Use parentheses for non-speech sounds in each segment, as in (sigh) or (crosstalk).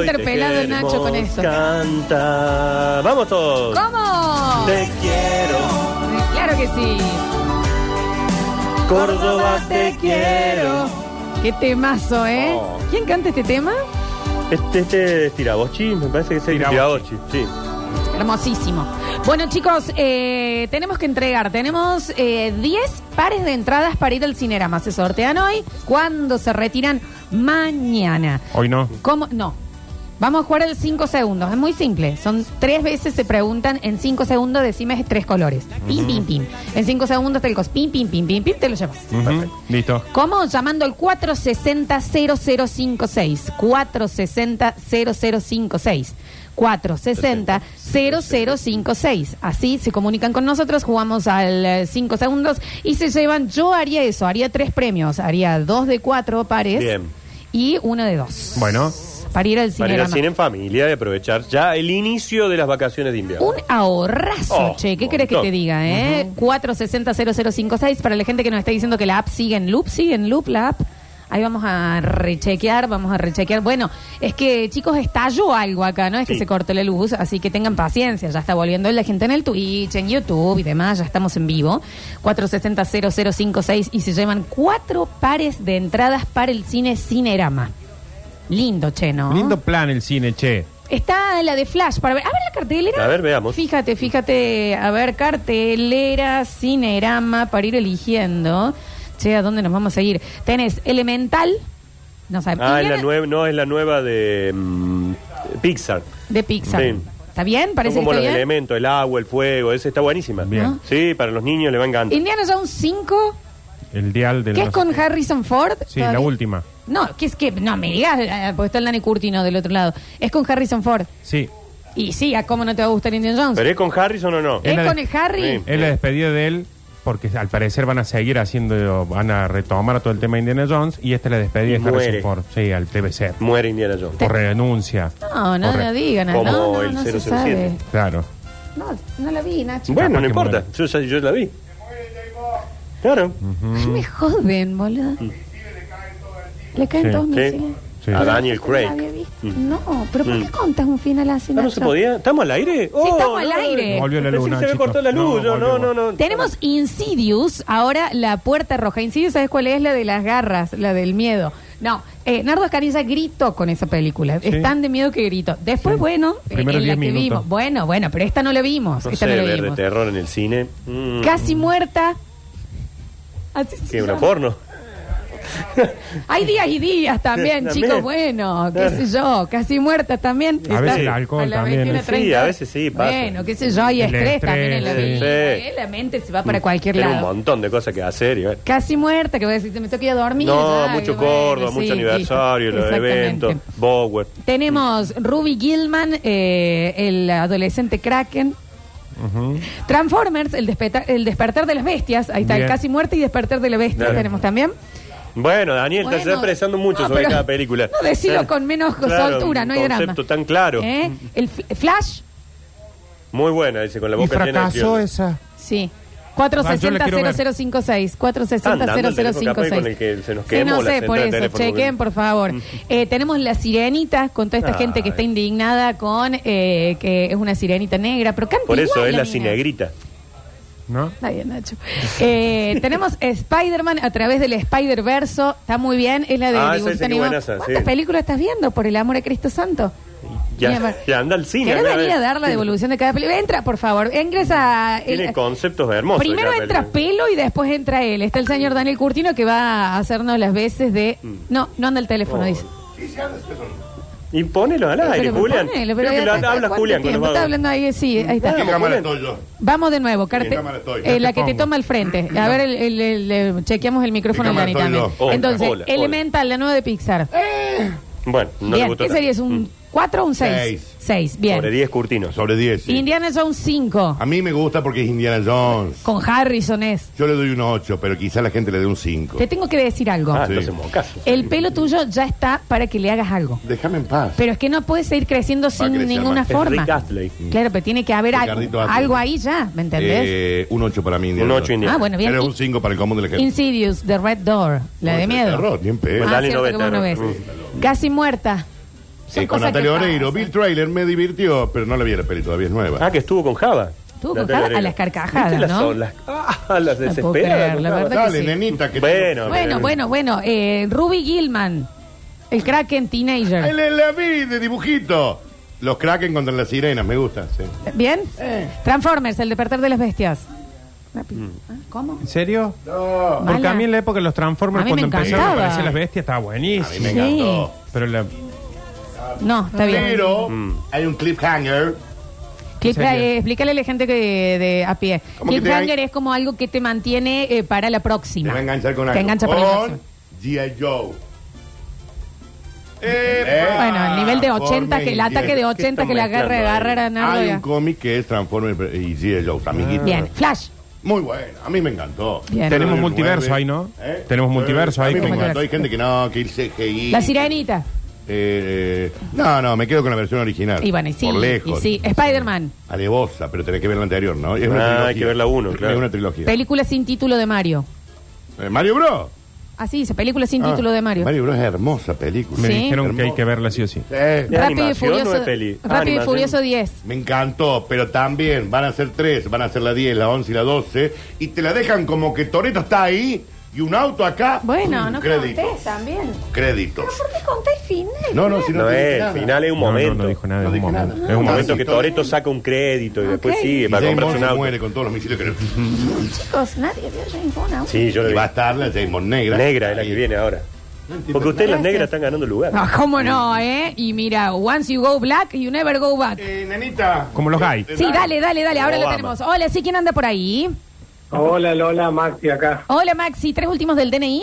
interpelado el Nacho con esto. Canta. Vamos todos. ¿Cómo? Te quiero. Claro que sí. Córdoba, te quiero. Qué temazo, ¿eh? Oh. ¿Quién canta este tema? Este, este es Tirabochi, me parece que es el Tirabochi. Tirabochi. Sí. Hermosísimo. Bueno, chicos, eh, tenemos que entregar. Tenemos eh, 10 pares de entradas para ir al Cinerama. Se sortean hoy. ¿Cuándo se retiran? Mañana. Hoy no. ¿Cómo? No. Vamos a jugar el 5 segundos. Es muy simple. Son tres veces se preguntan en 5 segundos, decime tres colores. Pim, pim, pim. En 5 segundos te lo Pim, pim, pim, pim, pim, te lo llevas. Ujú. Listo. ¿Cómo? Llamando al 460-0056. 460-0056. 460-0056. Así se comunican con nosotros, jugamos al 5 segundos y se llevan, yo haría eso, haría tres premios, haría dos de cuatro pares Bien. y uno de dos. Bueno. Para ir al cine. Para ir al nada cine más. en familia y aprovechar ya el inicio de las vacaciones de invierno. Un ahorrazo, Oh, che. ¿Qué un querés que montón. te diga, eh? 460-0056. Para la gente que nos está diciendo que la app sigue en loop, sigue en loop la app. Ahí vamos a rechequear, vamos a rechequear. Bueno, es que chicos, estalló algo acá, ¿no? Es que Sí. se cortó la luz, así que tengan paciencia. Ya está volviendo la gente en el Twitch, en YouTube y demás. Ya estamos en vivo. 460-0056 y se llevan cuatro pares de entradas para el cine Cinerama. Lindo, che, ¿no? Lindo plan el cine, che. Está la de Flash para ver. A ver la cartelera. A ver, veamos. Fíjate, fíjate. A ver, cartelera, cinerama, para ir eligiendo. Che, ¿a dónde nos vamos a ir? Tenés Elemental. No sabemos. Ah, es Indiana- la nueva, no, es la nueva de mm, Pixar. De Pixar. Sí. ¿Está bien? Parece Ah. Son como que los está bien. elementos, el agua, el fuego, esa está buenísima. Bien. Sí, para los niños le va a encantar. Indiana Jones 5, El dial del. que es con Harrison Ford. Sí, todavía. la última. No, que es que. No, me digas, eh, porque está el Danny Curtino del otro lado. Es con Harrison Ford. Sí. Y sí, ¿a cómo no te va a gustar Indiana Jones? ¿Pero es con Harrison o no? Eh. ¿Es es la con de- el Harry? Sí. Es la despedida de él, porque al parecer van a seguir haciendo, van a retomar todo el tema de Indiana Jones y este esta es la despedida Y de Harrison muere. Ford. Sí, al debe ser. Muere Indiana Jones. O renuncia. No, no, O re- no digan. No, Como no, el no se 007. sabe. Claro. No, no la vi, Nacho. Bueno, Capaz no que importa. muere. Yo, ya- yo la vi. Claro. Ay, me joden, boludo. Le caen Sí. todos Sí. misiles. Sí. A Pero Daniel Yo no la Craig. había visto. Mm. No, pero ¿por qué Mm. contas un final así, Ah, no Nacho? se podía. ¿Estamos al aire? Oh, Sí, estamos al aire. Volvió la luz, Se había Nachito. cortado la luz. No, yo, No, volvió. no, no. Tenemos Insidious, ahora la puerta roja. Insidious, ¿sabes cuál es? La de las garras, la del miedo. No, eh, Nardo Escanilla gritó con esa película. Sí. Es tan de miedo que gritó. Después, bueno, eh, Los primeros en la 10 que minutos. vimos. Bueno, bueno, pero esta no la vimos. No esta sé, no la ver de vimos. terror en el cine. Mm, Casi muerta. Así se ¿Qué, una llama. porno? Hay días y días también, También. chicos. Bueno, qué sé yo, casi muerta también. A veces el alcohol la también, 21, ¿eh? Sí, 30. a veces sí, pasa. Bueno, qué sé yo, y El estrés, también en la estrés, vida. sí. ¿eh? La mente se va para cualquier Tiene lado. un montón de cosas que hacer. Y, bueno. Casi muerta, que voy a decir, me tengo que ir a dormir. no, ya, mucho y bueno, Córdoba, sí, listo. mucho aniversario, los Exactamente. eventos, Bower. Tenemos Ruby Gilman, eh, el adolescente Kraken. Ujú. Transformers, el, despeta- el despertar de las bestias. Ahí está, el Bien. casi muerta y despertar de la bestia. Claro. Tenemos también. Bueno, Daniel, Bueno, estás expresando mucho no, sobre pero cada película. No decilo Claro. con menos Claro, soltura, no hay un drama. concepto tan claro. ¿Eh? El fl- Flash, Muy buena, dice, con la Y boca llena de fracasó piola. esa. sí. Ah, yo la quiero ver. 460-0056. Anda, anda el teléfono, capaz con 460-0056. el que se nos Sí, quemó no la sé, central por de eso. teléfono. Mm. Chequen, por favor. Eh, tenemos la sirenita con toda esta Ay. gente que está indignada con eh, que es una sirenita negra. Pero canta Por eso igual es la mina. cinegrita. ¿No? Está bien, Nacho. Eh, tenemos Spider-Man a través del Spider-Verso. Está muy bien. Es la de Ah, esa dibujito sí que animado. buena esa, sí. ¿Cuántas películas estás viendo? Por el amor a Cristo Santo. Mira, Ya, Mar- ya anda al cine. ¿Querés acá, venir eh. a dar la devolución de cada película? Entra, por favor. Ingresa. a- Tiene el- conceptos hermosos. Primero cada entra película. pelo y después entra él. Está el señor Daniel Curtino que va a hacernos las veces de. No, no anda el teléfono, Mm. Oh. dice. Y ponelo al aire, Pero Julián. ponelo, pero Creo que ya lo está. habla ¿Cuánto Julián tiempo? cuando Está va. hablando ahí, sí, ahí está. Vamos, ¿Qué cámara Julián. estoy yo? Vamos de nuevo, Carte- cámara estoy? eh, la Yo te que te pongo. toma al frente. A ver, el, el- el- el- chequeamos el micrófono ¿En al qué Dani cámara también. estoy yo? Hola, Entonces, hola, hola. Elemental, la nueva de Pixar. Bueno, no le bien, gustó. ¿qué sería? ¿Es un 4 o un 6? Seis. 6, bien. Sobre 10 curtinos. Sobre 10. sí. Indiana Jones 5, A mí me gusta porque es Indiana Jones. con Harrison es. Yo le doy un 8, pero quizá la gente le dé un 5. Te tengo que decir algo. Ah, Sí. entonces mocaso. El pelo tuyo ya está para que le hagas algo. Déjame en paz. Pero es que no puedes seguir creciendo sin crecer ninguna más. Es forma. Rick Astley. Claro, pero tiene que haber algo, Ricardito Astley. algo ahí ya, ¿me entendés? Eh, un 8 para mí, Un Indiana 8 Jones. indiano. ah, bueno, bien. Pero es In- un 5 para el común de la gente. Insidious, The Red Door, la No, de es miedo. terror, ni en pedo. Ah, Dani cierto no ve que vos no terror. ves. Mm. Casi muerta. Son Eh, con cosas que Natalia Oreiro. pasan. Bill Trailer me divirtió, pero no la vi la peli, todavía es nueva. Ah, que estuvo con Java. Estuvo con Natalia Java a Oreiro. las carcajadas, ¿Viste ¿no? Las, olas? ah, No las puedo desesperadas. creer, con la Java. verdad que Dale, sí. nenita. Que Bueno. Bueno, bueno, bueno. Eh, Ruby Gilman, el Kraken Ahí Teenager. la- la vi de dibujito. Los Kraken contra las sirenas, me gusta. sí. ¿Bien? Eh. Transformers, el despertar de las bestias. Rápido. Mm. Ah, ¿Cómo? ¿En serio? No, Porque Mala. a mí en la época de los Transformers, A mí me cuando empezaron a encantaba. aparecer las bestias, estaba a mí buenísimo. Sí. me encantó. Pero la, No, está bien. Pero Mm. hay un cliffhanger. Clip- ¿En serio? eh, explícale a la gente que de, a pie. ¿Cómo que te Cliffhanger hay- es como algo que te mantiene eh, para la Te próxima. va a enganchar con Te algo. engancha para la con próxima. G.I. Joe. Bueno, el nivel de 80, que, el Transformers, ataque de ¿qué 80 que le están agarra, mezclando agarra ahí? a Nardo. Hay ya. un cómic que es Transformers y G.I. Joe, Ah. amiguito. Bien, Flash. Muy bueno, a mí me encantó. Bien. Tenemos Nueve, multiverso ahí, ¿no? ¿Eh? Tenemos multiverso a ahí mí me como- encantó. Hay gente que no, que el CGI. La sirenita. Eh, no, no, me quedo con la versión original. Y bueno, y sí. Por lejos. Y sí. Spider-Man. Alevosa, pero tenés que ver la anterior, ¿no? Es Ah, hay que ver la uno, claro. Es una trilogía. Película sin título de Mario. Eh, Mario Bros. Así dice, película sin Ah, título de Mario. Mario Bros es hermosa película. me Sí. dijeron que hay que verla sí o sí. Sí. ¿Es Rápido y animación o Furioso, es peli? Ah, Rápido y animación. Furioso 10. Me encantó, pero también van a ser tres, van a ser la 10, la 11 y la 12, y te la dejan como que Toreto está ahí y un auto acá. Bueno, Mm, no créditos, contés también. créditos. ¿Por qué contés final? No, no, si no, No te dije es, nada. el final es un No, no, momento. No, dijo nada, es No un dije momento. nada. Es un Ah, Un momento. momento sí, que todo. Toreto saca un crédito y Ok. después sigue Y para James comprarse un Bond se auto. muere con todos los misiles que le... Chicos, nadie vio James Bond aún. (laughs) Sí, yo lo Y vi. va a estar la James Bond negra. Negra es la Ahí. que viene ahora. No entiendo Porque ustedes las Gracias. negras están ganando lugar. Ah, ¿Cómo no, eh? Y mira, once you go black, you never go back. Eh, nenita. Como los gay. Sí, dale, dale, dale, ahora lo Obama. tenemos. Hola, sí, ¿quién anda por ahí? Hola Lola, Maxi acá. Hola, Maxi, tres últimos del DNI.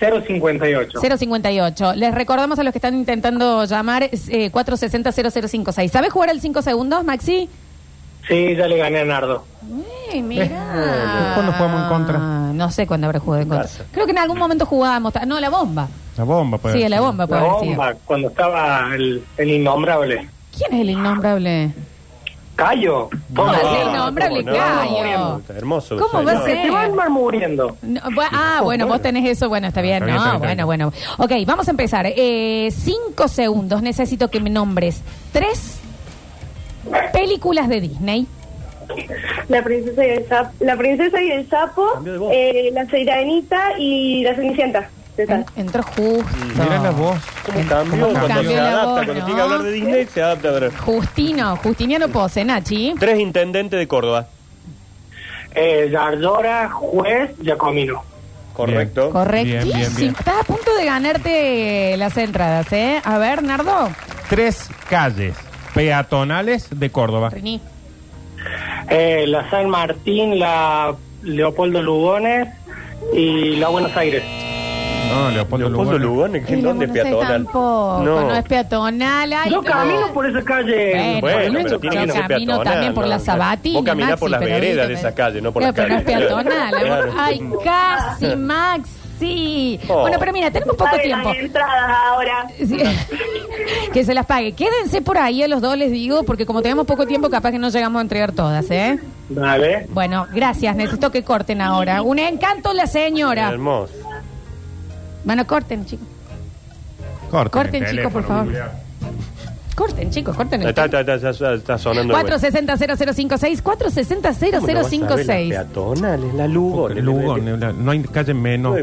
058. 058. Les recordamos a los que están intentando llamar es, eh, 460-0056. ¿Sabes jugar al 5 segundos, Maxi? Sí, ya le gané a Nardo. Ey, mirá. ¿Cuándo jugamos en contra? No sé cuándo habré jugado en contra. Pasa. Creo que en algún momento jugábamos. ta- No, la bomba. La bomba, pues. Sí, la bomba puede La haber sido. bomba, cuando estaba el, el innombrable. ¿Quién es el innombrable? Callo. ¿Cómo Toma. es el innombrable? Ah, ¿cómo no? Claro. Está hermoso. ¿Cómo va a No, ser? Se van muriendo. No, bu- ah, bueno, vos tenés eso, bueno, está bien, Ah, Está bien, no, está bien, está bueno, bueno. Ok, vamos a empezar. Eh, cinco segundos, necesito que me nombres tres películas de Disney. La princesa y el sapo, la princesa y el sapo, Cambió de voz. eh, la sirenita y la cenicienta. ¿Qué tal? En- Entró justo. Mirá la voz. ¿Cómo cambió? ¿Cómo Cuando cambió se la adapta, voz, cuando no? tiene que hablar de Disney, se adapta a ver. Justino, Justiniano Pose, Nachi. Tres intendentes de Córdoba. Eh, Yardora, juez, Giacomino. Correcto. Correctísimo. Bien, bien, bien. Estás a punto de ganarte las entradas, ¿eh? A ver, Nardo. Ah. Tres calles peatonales de Córdoba. Rini. Eh, la San Martín, la Leopoldo Lugones y la Buenos Aires. No, Leopoldo, Leopoldo Lugones. Lugones, ¿qué- Ay, ¿dónde no es sé peatonal? Tampoco, no. es peatonal. Ay, Yo no. camino por esa calle. Bueno, Bueno, yo pero tiene que no ser camino peatonal. también por ¿no? la Sabatina. Vos caminás Maxi, por las pero veredas de viste, esa calle, no por las pero calles. no es peatonal. Claro. amor. Ay, (laughs) casi, Maxi. Oh. Bueno, pero mira, tenemos poco Paguen tiempo. las entradas ahora. (laughs) Sí. que se las pague. Quédense por ahí, a los dos les digo, porque como tenemos poco tiempo, capaz que no llegamos a entregar todas, ¿eh? Dale. Bueno, gracias. Necesito que corten ahora. Un encanto la señora. Hermoso. Bueno, corten, chicos. Corten, Corten, el chicos, por teléfono, favor. Julián. Corten, chicos, corten. el Está, está, está, está, está sonando. de vuelta. 460-0056, 460-0056. peatonales, la Lugones. Lugones, la- no hay calle menos Nueve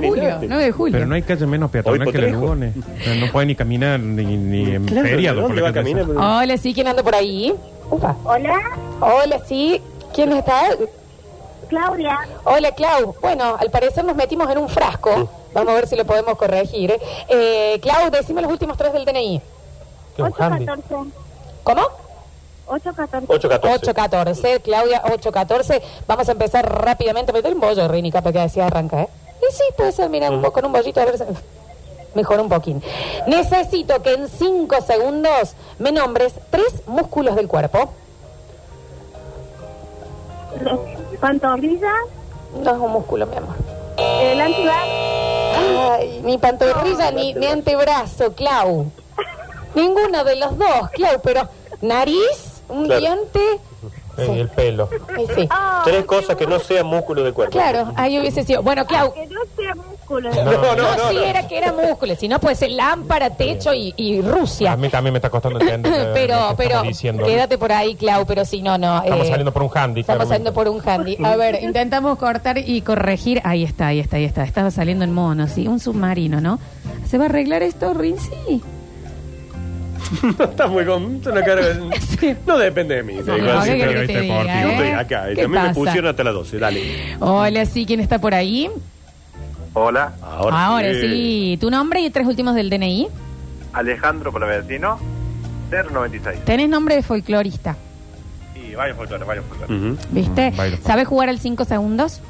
9 de julio. peatonal. julio, 9 de julio. Pero no hay calle menos peatonal Hoy que la Potrejo. Lugones. O sea, No puede ni caminar ni, ni en Claro, feriado. por ¿dónde la va a calle. caminar? Hola, sí, ¿quién anda por ahí? Hola, Hola, sí, ¿quién está? Claudia. Hola, Clau. Bueno, al parecer nos metimos en un frasco. Vamos a ver si lo podemos corregir. Eh, Clau, decime los últimos tres del DNI. 814. ¿Cómo? 814. 814. 814, Claudia, 814. Vamos a empezar rápidamente. Metele un bollo, Rini, capaz que decía arranca, ¿eh? Y sí, puede ser, mira, un poco, con un bollito, a ver. si- Mejor un poquín. Necesito que en 5 segundos me nombres tres músculos del cuerpo. Pantorrilla, No es un músculo, mi amor. el antibar, Ay, ni pantorrilla ni, ni antebrazo, Clau. Ninguno de los dos, Clau, pero nariz, un Claro. diente. Sí. el pelo. Ay, sí. Ah, Ah, Tres cosas que no sean músculo del cuerpo. (laughs) Claro, ahí hubiese sido. Bueno, Clau, Ah, que no sea músculo músculo. No, sí era que era músculo, si no puede ser lámpara, techo y, y A Rusia. mí eh, también me está costando (laughs) entender. lo que Pero, estamos pero, diciendo. quédate por ahí, Clau, pero si no, no. eh, Estamos saliendo por un handy, Estamos claramente. saliendo por un handy. A ver, intentamos cortar y corregir. Ahí está, ahí está, ahí está. Estaba saliendo en mono, sí, un submarino, ¿no? ¿Se va a arreglar esto, Rinzi? Está muy con una cara. de- No depende de mí. te No, digo ahora así, que pero- te este diga, partido. Yo estoy ¿eh? acá. ¿Qué A mí me pasa? pusieron hasta las 12. Dale. Hola, sí, ¿quién está por ahí? Hola, Ahora, Ahora sí. ¿Tu nombre y tres últimos del DNI? Alejandro Palavecino, 096. Tenés nombre de folclorista, Y varios folclores, varios folclores. Ujú. ¿viste? Mm, bailo. ¿Sabes jugar al 5 segundos?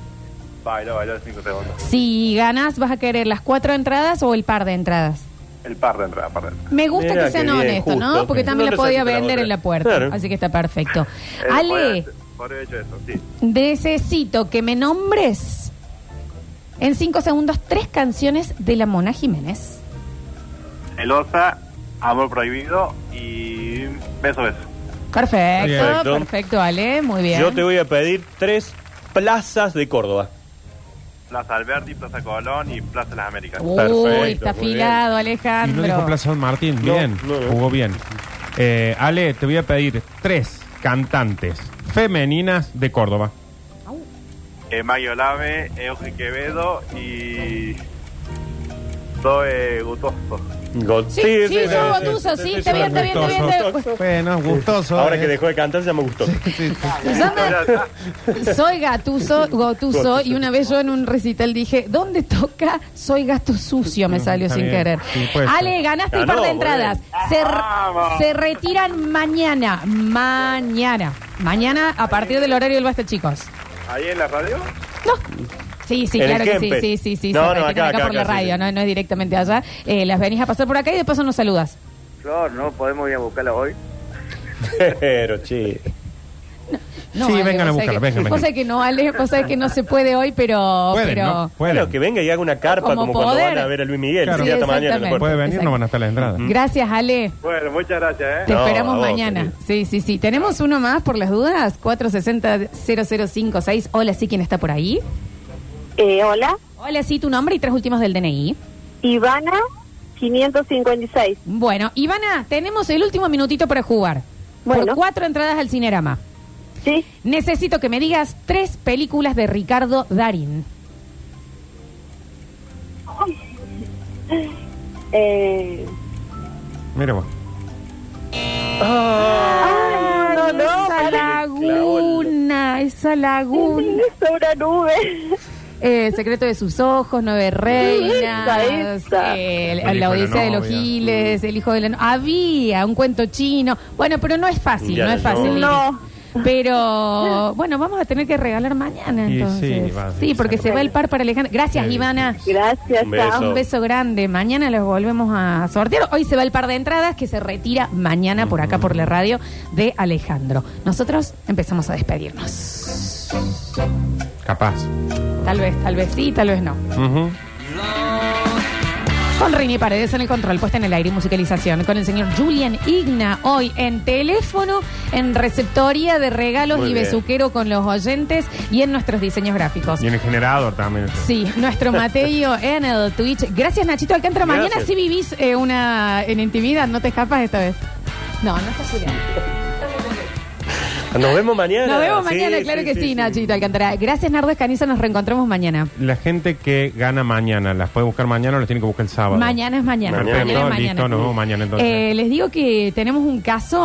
Bailo, bailo de 5 segundos. Si ganas, ¿vas a querer las cuatro entradas o el par de entradas? El par de entrada, par de entrada. Me gusta Mira, que sean qué bien, honestos, ¿no? justo. Porque también No la te podía sacaste la vender otra. en la puerta. Claro. Así que está perfecto. Eh, Ale, Por haber hecho eso, sí. necesito que me nombres en cinco segundos tres canciones de la Mona Jiménez. Celosa, amor prohibido y beso, beso. Perfecto, Perfecto. perfecto, Ale. Muy bien. Yo te voy a pedir tres plazas de Córdoba. Plaza Alberti, Plaza Colón y Plaza Las Américas. Uy, Perfecto, está muy bien. afilado, Y no dijo Alejandro. Plaza San Martín. No, bien, no, no. jugó bien. Eh, Ale, te voy a pedir tres cantantes femeninas de Córdoba. Eh, Mario Lave, Euge Quevedo y. Zoe Gutoso. Got- Sí, sí, yo Gotuso, sí, está bien, está bien, está bien. está bien. Bueno, gustoso. Ahora eh. que dejó de cantar ya me gustó. Yo me- soy gatuso, gotuso, y una vez yo en un recital dije, ¿dónde toca soy gato sucio? Me Mm, salió está sin bien. querer. Sí, puede ser. Ale, ganaste un par Ganó, de muy entradas. Se, se retiran mañana, mañana, mañana a partir del horario del basta, chicos. ¿Ahí en la radio? No. Sí, sí, En claro el que sí, Kempes. sí, sí, sí. No, se no, retiran acá, acá, por la acá, sí, radio, sí. No, no es directamente allá. Eh, las venís a pasar por acá y de paso nos saludas. Flor, no podemos ir a buscarla hoy. Pero, che. Sí, Ale, vengan a vos sabés buscarla, que- vengan, Cosa vengan. que no, Ale, cosa que no se puede hoy, pero... Pueden, pero ¿no? Pueden. Bueno, que venga y haga una carpa Como como, cuando poder. van a ver a Luis Miguel. Claro. sí, Sí, hasta mañana en el exactamente. puerto. Puede venir, no van a estar las entradas. Mm. Gracias, Ale. Bueno, muchas gracias, ¿eh? Te No, esperamos a vos, mañana. Sí, sí, sí. ¿Tenemos uno más por las dudas? 460-0056. Hola, sí, ¿quién está por ahí? Eh, hola, Hola, sí, tu nombre y tres últimos del DNI. Ivana, 556. Bueno, Ivana, tenemos el último minutito para jugar. Por Bueno. cuatro entradas al Cinerama. Sí, Necesito que me digas tres películas de Ricardo Darín. eh, Mira vos. No, esa laguna, esa (laughs) laguna. sobre una nube. Eh, secreto de sus ojos, Nueve Reinas, esa. eh, la- El hijo La de la Odisea de los novia. Mm. Giles, El Hijo de la no- Había un cuento chino. Bueno, pero no es fácil, Ya no es la fácil. Lili. No. Pero bueno, vamos a tener que regalar mañana Y sí, entonces. va, sí, sí, porque se seguro. va el par para Alejandra. Gracias, Sí. Ivana. Gracias, Un beso. chao. Un beso grande. Mañana los volvemos a sortear. Hoy se va el par de entradas que se retira mañana por acá por la radio de Alejandro. Nosotros empezamos a despedirnos. Capaz. Tal vez, tal vez sí, tal vez no. Ujú. Con Rini Paredes en el control, puesta en el aire y musicalización. Con el señor Julian Igna, hoy en teléfono, en receptoría de regalos Muy y bien. besuquero con los oyentes y en nuestros diseños gráficos. Y en el generador también. Sí, nuestro Mateo en el Twitch. Gracias, Nachito Alcántara. Mañana Gracias. si vivís eh, una en intimidad, no te escapas esta vez. No, no estás jurado. Nos vemos mañana. Nos vemos Sí, mañana, claro que sí, Nachito Alcántara. Gracias, Nardo Escanizo. Nos reencontramos mañana. La gente que gana mañana, ¿las puede buscar mañana o las tiene que buscar el sábado? Mañana es mañana. Mañana. Perfecto, Mañana es listo, mañana. nos vemos mañana entonces. Eh, les digo que tenemos un caso